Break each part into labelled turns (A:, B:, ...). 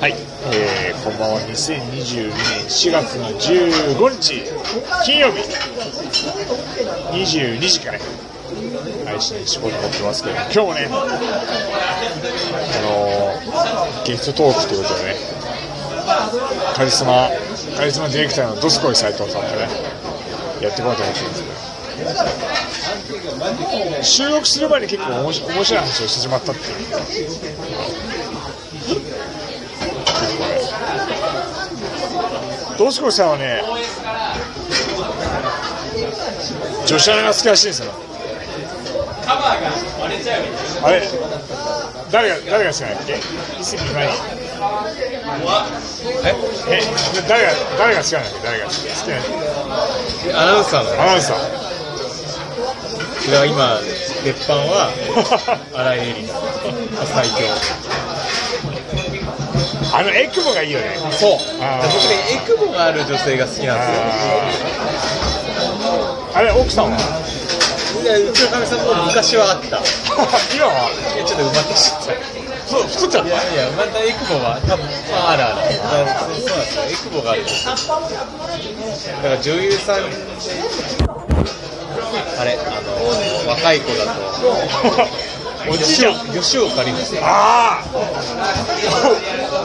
A: はい、えー、こんばんは。2022年4月の15日、金曜日、22時からね、配信しこになってますけど、今日もね、あのー、ゲストトークということでね、カリスマ、カリスマディレクターのドスコイ斎藤さんとね、やっていこうと思ってるんですけど、収録する前に結構おもし面白い話をしてしまったっていう。結構ね。どうしこさんはね、女子アナが好きらしいんですよ。カバーが割れちゃうあれ誰が、誰が好きなんだっけ伊勢美舞。え、誰が、誰が好きなんだっけ誰が好き好きなんだっ
B: アナウンサーの
A: けアナウンサー。
B: 僕が今鉄板は荒井絵里最強
A: あのエクボがいいよね。
B: そう
A: あー
B: 僕ねエクボがある女性が好きなんですよ
A: あーあれ、奥さんは
B: でうちのかみさんも昔はあった
A: 今は
B: えちょっと馬と知ったい
A: そう、太っちゃっ
B: やいやまたエクボは多分まああるあるあのそうそうなんですよエクボがあるだから女優さんあれあの若い子だと
A: た。おじいちゃん。
B: 吉岡里帆さん
A: ああ。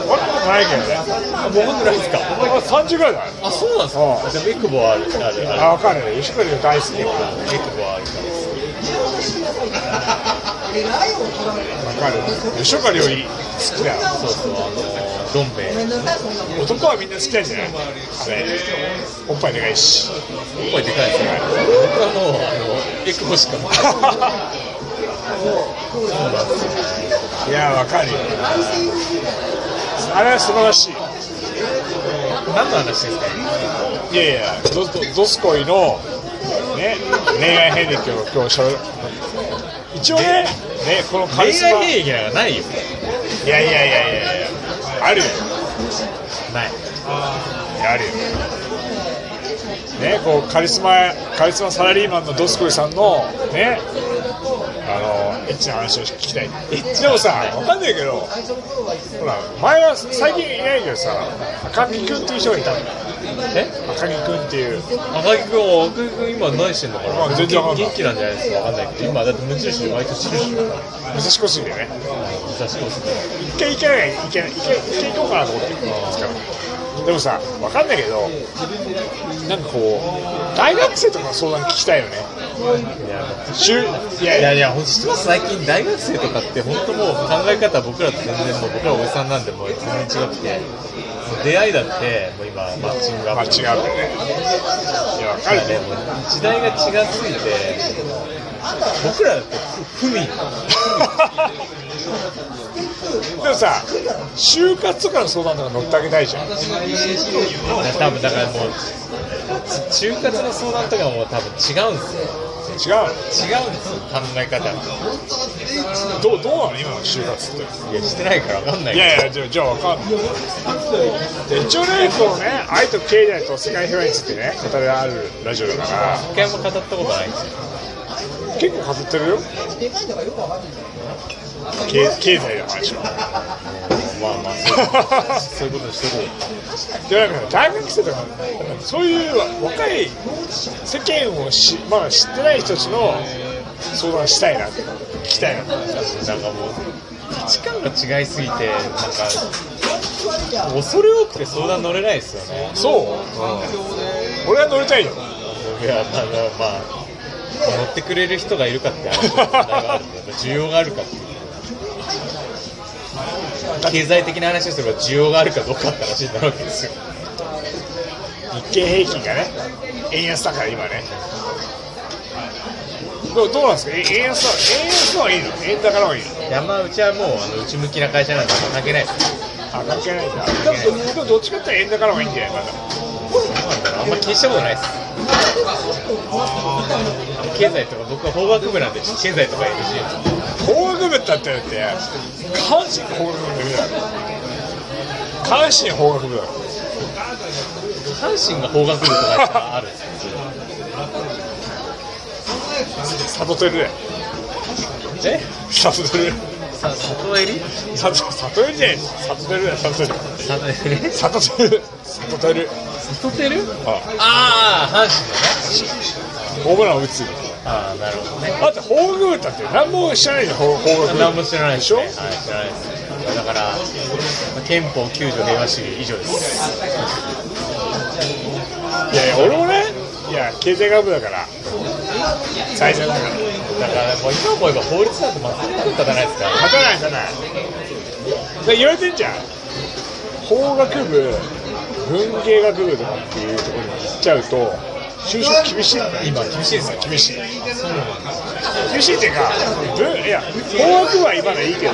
A: 俺もないけどね。
B: あもう覚えてないですか
A: 俺三十ぐらいだよ。
B: あそうなんですかでもエクボはあるあるある
A: あ、わかるね。吉川大好き。わ
B: エクボはあるから
A: かる。吉岡良い好きだよ。
B: そうそう、あのー、どん兵衛。
A: 男はみんな好きなんじゃない。あれ。おっぱいでかいし。
B: おっぱいでかいですね。僕はもう、あの、エクボしか。
A: いや、わかるよ。あれは素晴らしい。
B: 何の話ですか。
A: いやいや、ドドドスコイの、ね、恋愛遍歴を今日しゃべる。一応ね、ね、このカリ
B: 恋
A: スマ。い
B: 愛兵役なんかないよ。
A: やいやいやいやいや、あるよ、
B: ない。
A: いやあるよ。ね、こうカリスマ、カリスマサラリーマンのドスコイさんの、ね。あの、エッチな話を聞きたい。でもさ、わかんないけど。ほら、前は最近いないけどさ、赤木君っていう人がいたの。
B: え、
A: 赤木君っていう。
B: 赤木君は、赤木君今何してんのかな。
A: あ全然わかんない
B: 元気なんじゃないですか。わかんないけど、今だって無印で毎年してるし。
A: 武蔵小杉でね。
B: 差し込む。
A: 一回行かないいけないいけいけ行こうかなと思ってるでもさ分かんないけどなんかこう大学生とかの相談聞きたいよね
B: いや。
A: しゅいや
B: い
A: いや
B: やいや、ほんと知ってます最近大学生とかって本当もう考え方僕らと全然もう僕らおじさんなんでもう全然違くてもう出会いだってもう今マッチングア
A: まあ
B: プ
A: 違
B: リ
A: うけどねいや分かる
B: ね
A: ね
B: もう時代が違すぎて僕らだって不憫
A: でもさ就活とかの相談とか乗ってあげたいじゃん
B: 多分だからもうち就活の相談とかも多分違うんですよ
A: 違う
B: 違うんですよ考え方が
A: のどうどうなの今の就活って
B: いやしてないから分かんない
A: い
B: けど
A: やいやじゃあじゃあ分かんないで一応ねこうね愛と経済と世界平和についてね語りあるラジオだから
B: 一回も語ったことないんですよ
A: 結構飾ってるよ経経済の話は
B: まあまあそうそういうことにしとこ
A: でなんか大学生とかそういう若い世間をし、まだ知ってない人たちの相談したいな聞きたいな
B: うなんかもう価値観が違いすぎてなんか恐れ多くて相談乗れないですよね
A: そう、俺は乗りたいよ
B: いやまあまあまあ乗ってくれる人がいるかって話があるんでやっぱ需要があるかっていう経済的な話をすれば需要があるかどうかって話になるわけですよ
A: 日経平均がね円安だから今ねどうどうなんですかえ円安は円安のはいいの円高のはいいの
B: いやまあうちはもうあの内向きな会社なんで関係ないです
A: あ関係ないんだでもでもどっちかって言ったら円高の方がいいんじゃないまだ
B: あんま気にしたことないです経済とか僕は法学部なんで経済とか NG
A: 法学部ってあったよって関心法学部だよ関心法学部だよ
B: 阪神が法学部とかあるんですよ
A: サドテルだよ
B: え
A: サドテル
B: さ里襟
A: さ里襟じゃないです里襟だよ里襟
B: 里襟
A: 里襟里襟
B: 里襟
A: あ
B: ああ阪神だね
A: ホームランを打つ
B: ああなるほどね
A: あとホーグータって何も知らないじゃんホーグー
B: 何も知らない
A: でしょ
B: はい、知らないですだから憲法9条平和主義以上です
A: いやいや俺もねいや経済学部だから最善だから
B: だからもう今思えば法律なんて全く立たないですから
A: 勝たない勝たないで言われてんじゃん法学部文芸学部とかっていうところに行っちゃうと就職厳しい
B: 今厳しいですよ
A: 厳しい厳しいっていうか文いや法学部は今のいいけど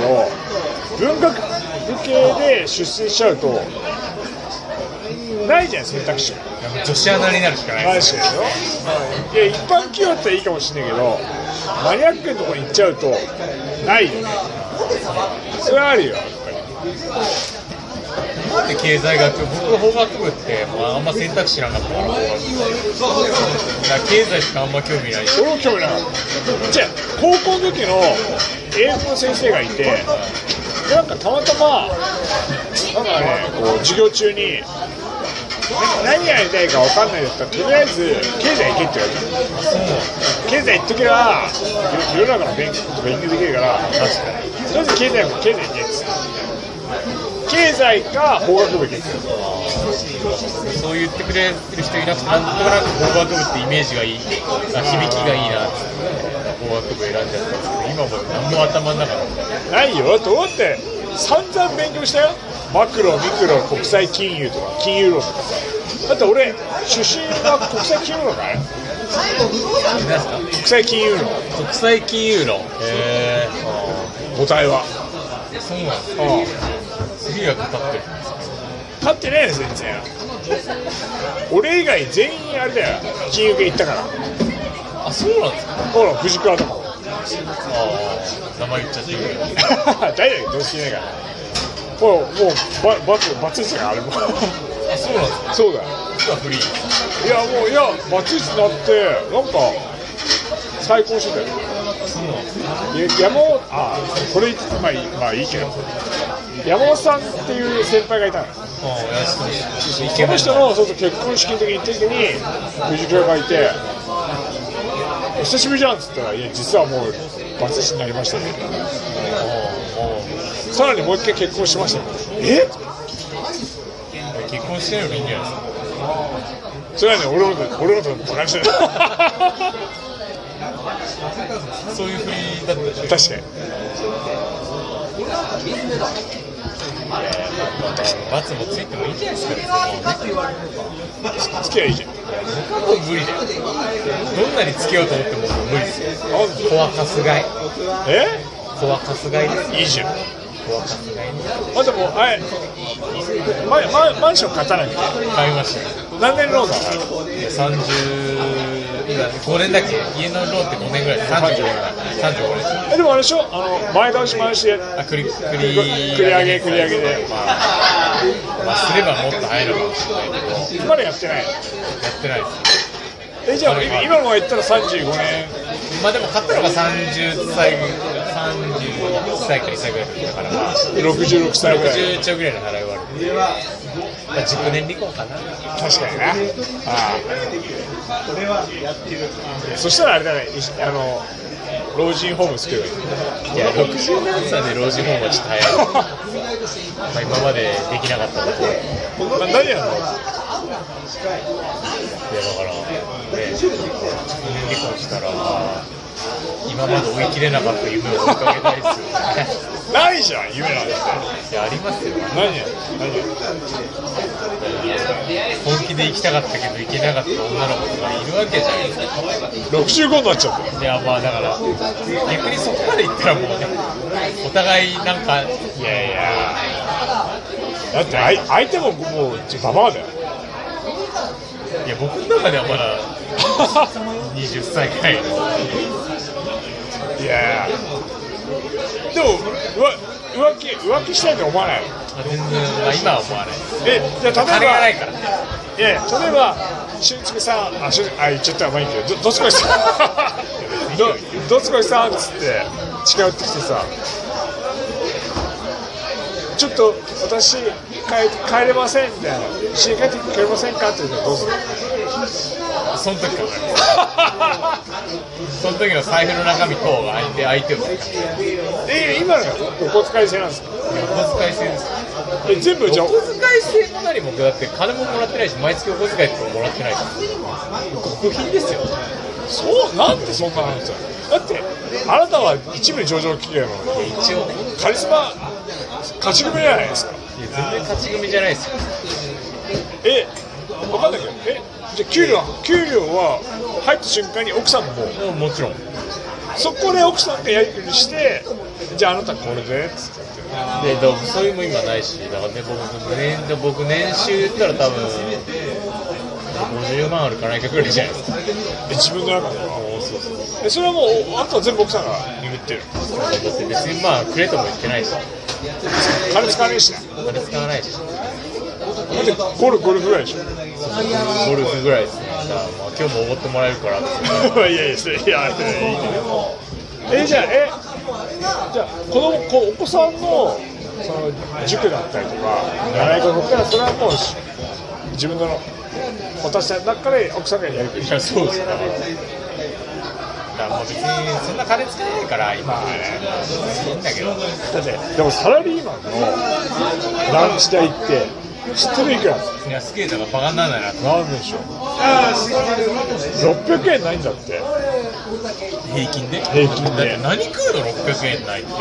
A: 文学部系で出世しちゃうとないじゃん選択肢が
B: 女子アナになるしかない
A: ない
B: で
A: し
B: す
A: でしょいや一般企業だったらいいかもしれないけどマニアックのとこに行っちゃうとないよねそれはあるよ
B: なんで経済学僕法学部って、まあ、あんま選択肢なかったから法学部だから経済しかあんま興味ないし
A: 俺も興味なかったじゃあ高校の時の英語の先生がいてなんかたまたまなんかねこう授業中にな何やりたいか分かんないだったらとりあえず経済行けって言われた経済行っとけば世世の中の勉強と勉強できるからとりあえず経済も経済行けっつって経済か法学部行けって言われた
B: そう言ってくれる人いなくてなんとなく法学部ってイメージがいいあ響きがいいなって法学部選んじゃったんですけど今も何も頭の中の
A: ないよと思って散々勉強したよマクロミクロ国際金融とか金融論とかさだって俺出身は国際金融論だね
B: 何ですか
A: 国際金融論
B: 国際金融論へえ
A: 母体は
B: そうなんで
A: う
B: す
A: ん
B: すげえ役立ってる
A: 立ってないよ全然俺以外全員あれだよ金融系行ったから
B: あそうなんですか
A: ほら藤倉とかも
B: ああ名前言っちゃっていいけど
A: 誰だっけどうしようもないからほらもうババツバツイチだからあれも
B: あそうなんですか
A: そうだよ
B: 僕はフリー
A: いやもういやバツイチになってなんか再婚してたよ
B: そうなんですか
A: や山本あこれまあいいまあいいけど山本さんっていう先輩がいたのそ
B: ああよろしくお願いしますイケメ
A: の
B: ン
A: 人のそうそう結婚式の時に行った時に藤木がいて「お久しぶりじゃん」っつったら「いや実はもうバツイチになりましたね」さらにもう一回結婚しましたねえ
B: 結婚してるのいいんじゃないですか
A: それはね俺のこと俺のことバカにしてる
B: そういうふうにだったでしょ
A: 確かに
B: 罰もついてもいいんじゃないですか別にもうね
A: 付き合いいいじゃん
B: 僕はもう無理だよどんなにつけようと思ってももう無理ですよ怖かすがい
A: え
B: 怖かすがいです
A: いいじゃん
B: 怖かすがい
A: あでもあれマママンション買ったなきゃ
B: 買いました
A: 何年ローンだろう
B: で30今5年だっけ家のローンって5年ぐらいで35年だ35年
A: えでもあれでしょあの前倒し前倒しで
B: あ繰り繰り
A: 繰り上げ繰り上げで、まあ、
B: まあ、すればもっと入るかもしれないけどや
A: まだやってない
B: ってないです
A: えじゃあ今今のが言ったら35年
B: まあでも買ったのが30歳31歳か2歳ぐらいだったからまあ
A: 66歳ぐらい
B: 60兆ぐらいの払い終わるんで、まあ、熟年離婚かな
A: 確かになああそしたらあれだねいあの老人ホーム作ればいい
B: いや67歳で老人ホームはちょっと早い、まあ、今までできなかったのでいや
A: まあ何やるの
B: だからね熟年離婚したら今まで追い切れなかった夢を追いかけたいですよね
A: ないじゃん夢なんて
B: いやありますよ
A: 何や何や
B: 本気で行きたかったけど行けなかった女の子とかいるわけじゃないですか
A: 65になっちゃったよ
B: いやまあだから逆にそこまで行ったらもうねお互いなんかいやいや
A: だってあい相手ももうババアだよ
B: いや僕の中ではまだ20歳ぐらいです
A: いやでもうわ浮気浮気したいと思わない
B: あ全然、まあ、今は思わないです
A: えじゃあ例えば
B: 金がないからい
A: いやいや例えば、俊介さん、あ、俊あ言っちゃったらまあいいけど、どどつこいさん、どどつこいさんっつって、近寄ってきてさ、ちょっと私帰帰れませんみたいな家に帰ってくれませんかって言うたらどうする
B: その時考えるその時の財布の中身と相手相手を考える
A: え今のお小遣い制なんですか
B: お小遣い制です
A: え全部じゃ
B: お
A: あ
B: 小遣い制も何もだって金ももらってないし毎月お小遣いとかもらってないし極貧ですよ
A: そうなんでそんな話だだってあなたは一部に上場企業なのに
B: 一応ね
A: カリスマ勝ち組じゃないですか
B: いや全然勝ち組じゃないですよ
A: え分かんないけどえじゃあ給料給料は入った瞬間に奥さんも
B: もうもちろん
A: そこで奥さんがやり取りしてじゃああなたこれでっつって
B: でだからそういうのも今ないしだからね僕年で僕年収言ったら多分50万あるかないかぐらいじゃないですか
A: え自分の中ではえそれはもうあとは全部奥さんが握ってる
B: だって別にまあくれとも言ってないし
A: 金使わねえしなだ
B: お金使わないし
A: ってゴルフゴルフぐらいでしょ
B: ゴルフぐらいですねだからまあ今日もおごってもらえるからって
A: いやいやいやいやいやいいけどえじゃあえじゃあ子供こうお子さんのその塾だったりとか習い事だったらそれはもう自分の私の中で奥さんがやる
B: いやそうですねだからもう別にそんな金使わないから今はねいいんだけど
A: だってでもサラリーマンのランチ代って知ってるいくら
B: いやスケートがバカにならないな
A: なんでしょう600円ないんだって
B: 平均で
A: 平均で
B: だって何食うの600円ないって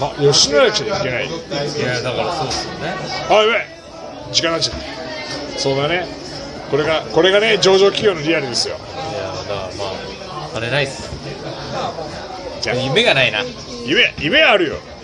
B: ま
A: ま
B: あ
A: 吉野家来ちゃいけない
B: いやだからそうですよね
A: あやべえ時間になっちゃったそうだねこれがこれがね上場企業のリアルですよ
B: いやだからまあ金ないっす
A: じゃあ
B: 夢がないな
A: 夢夢あるよ